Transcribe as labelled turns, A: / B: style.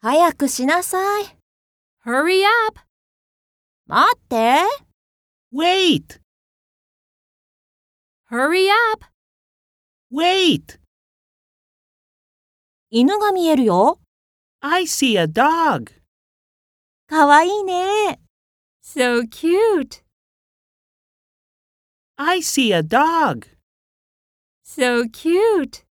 A: 早くしなさい。
B: Hurry up!
A: 待って。
C: Wait,
B: Hurry up!
C: wait.
A: 犬が見えるよ。
C: I see a dog.
A: かわいいね。
B: So cute!
C: I see a dog.
B: So cute!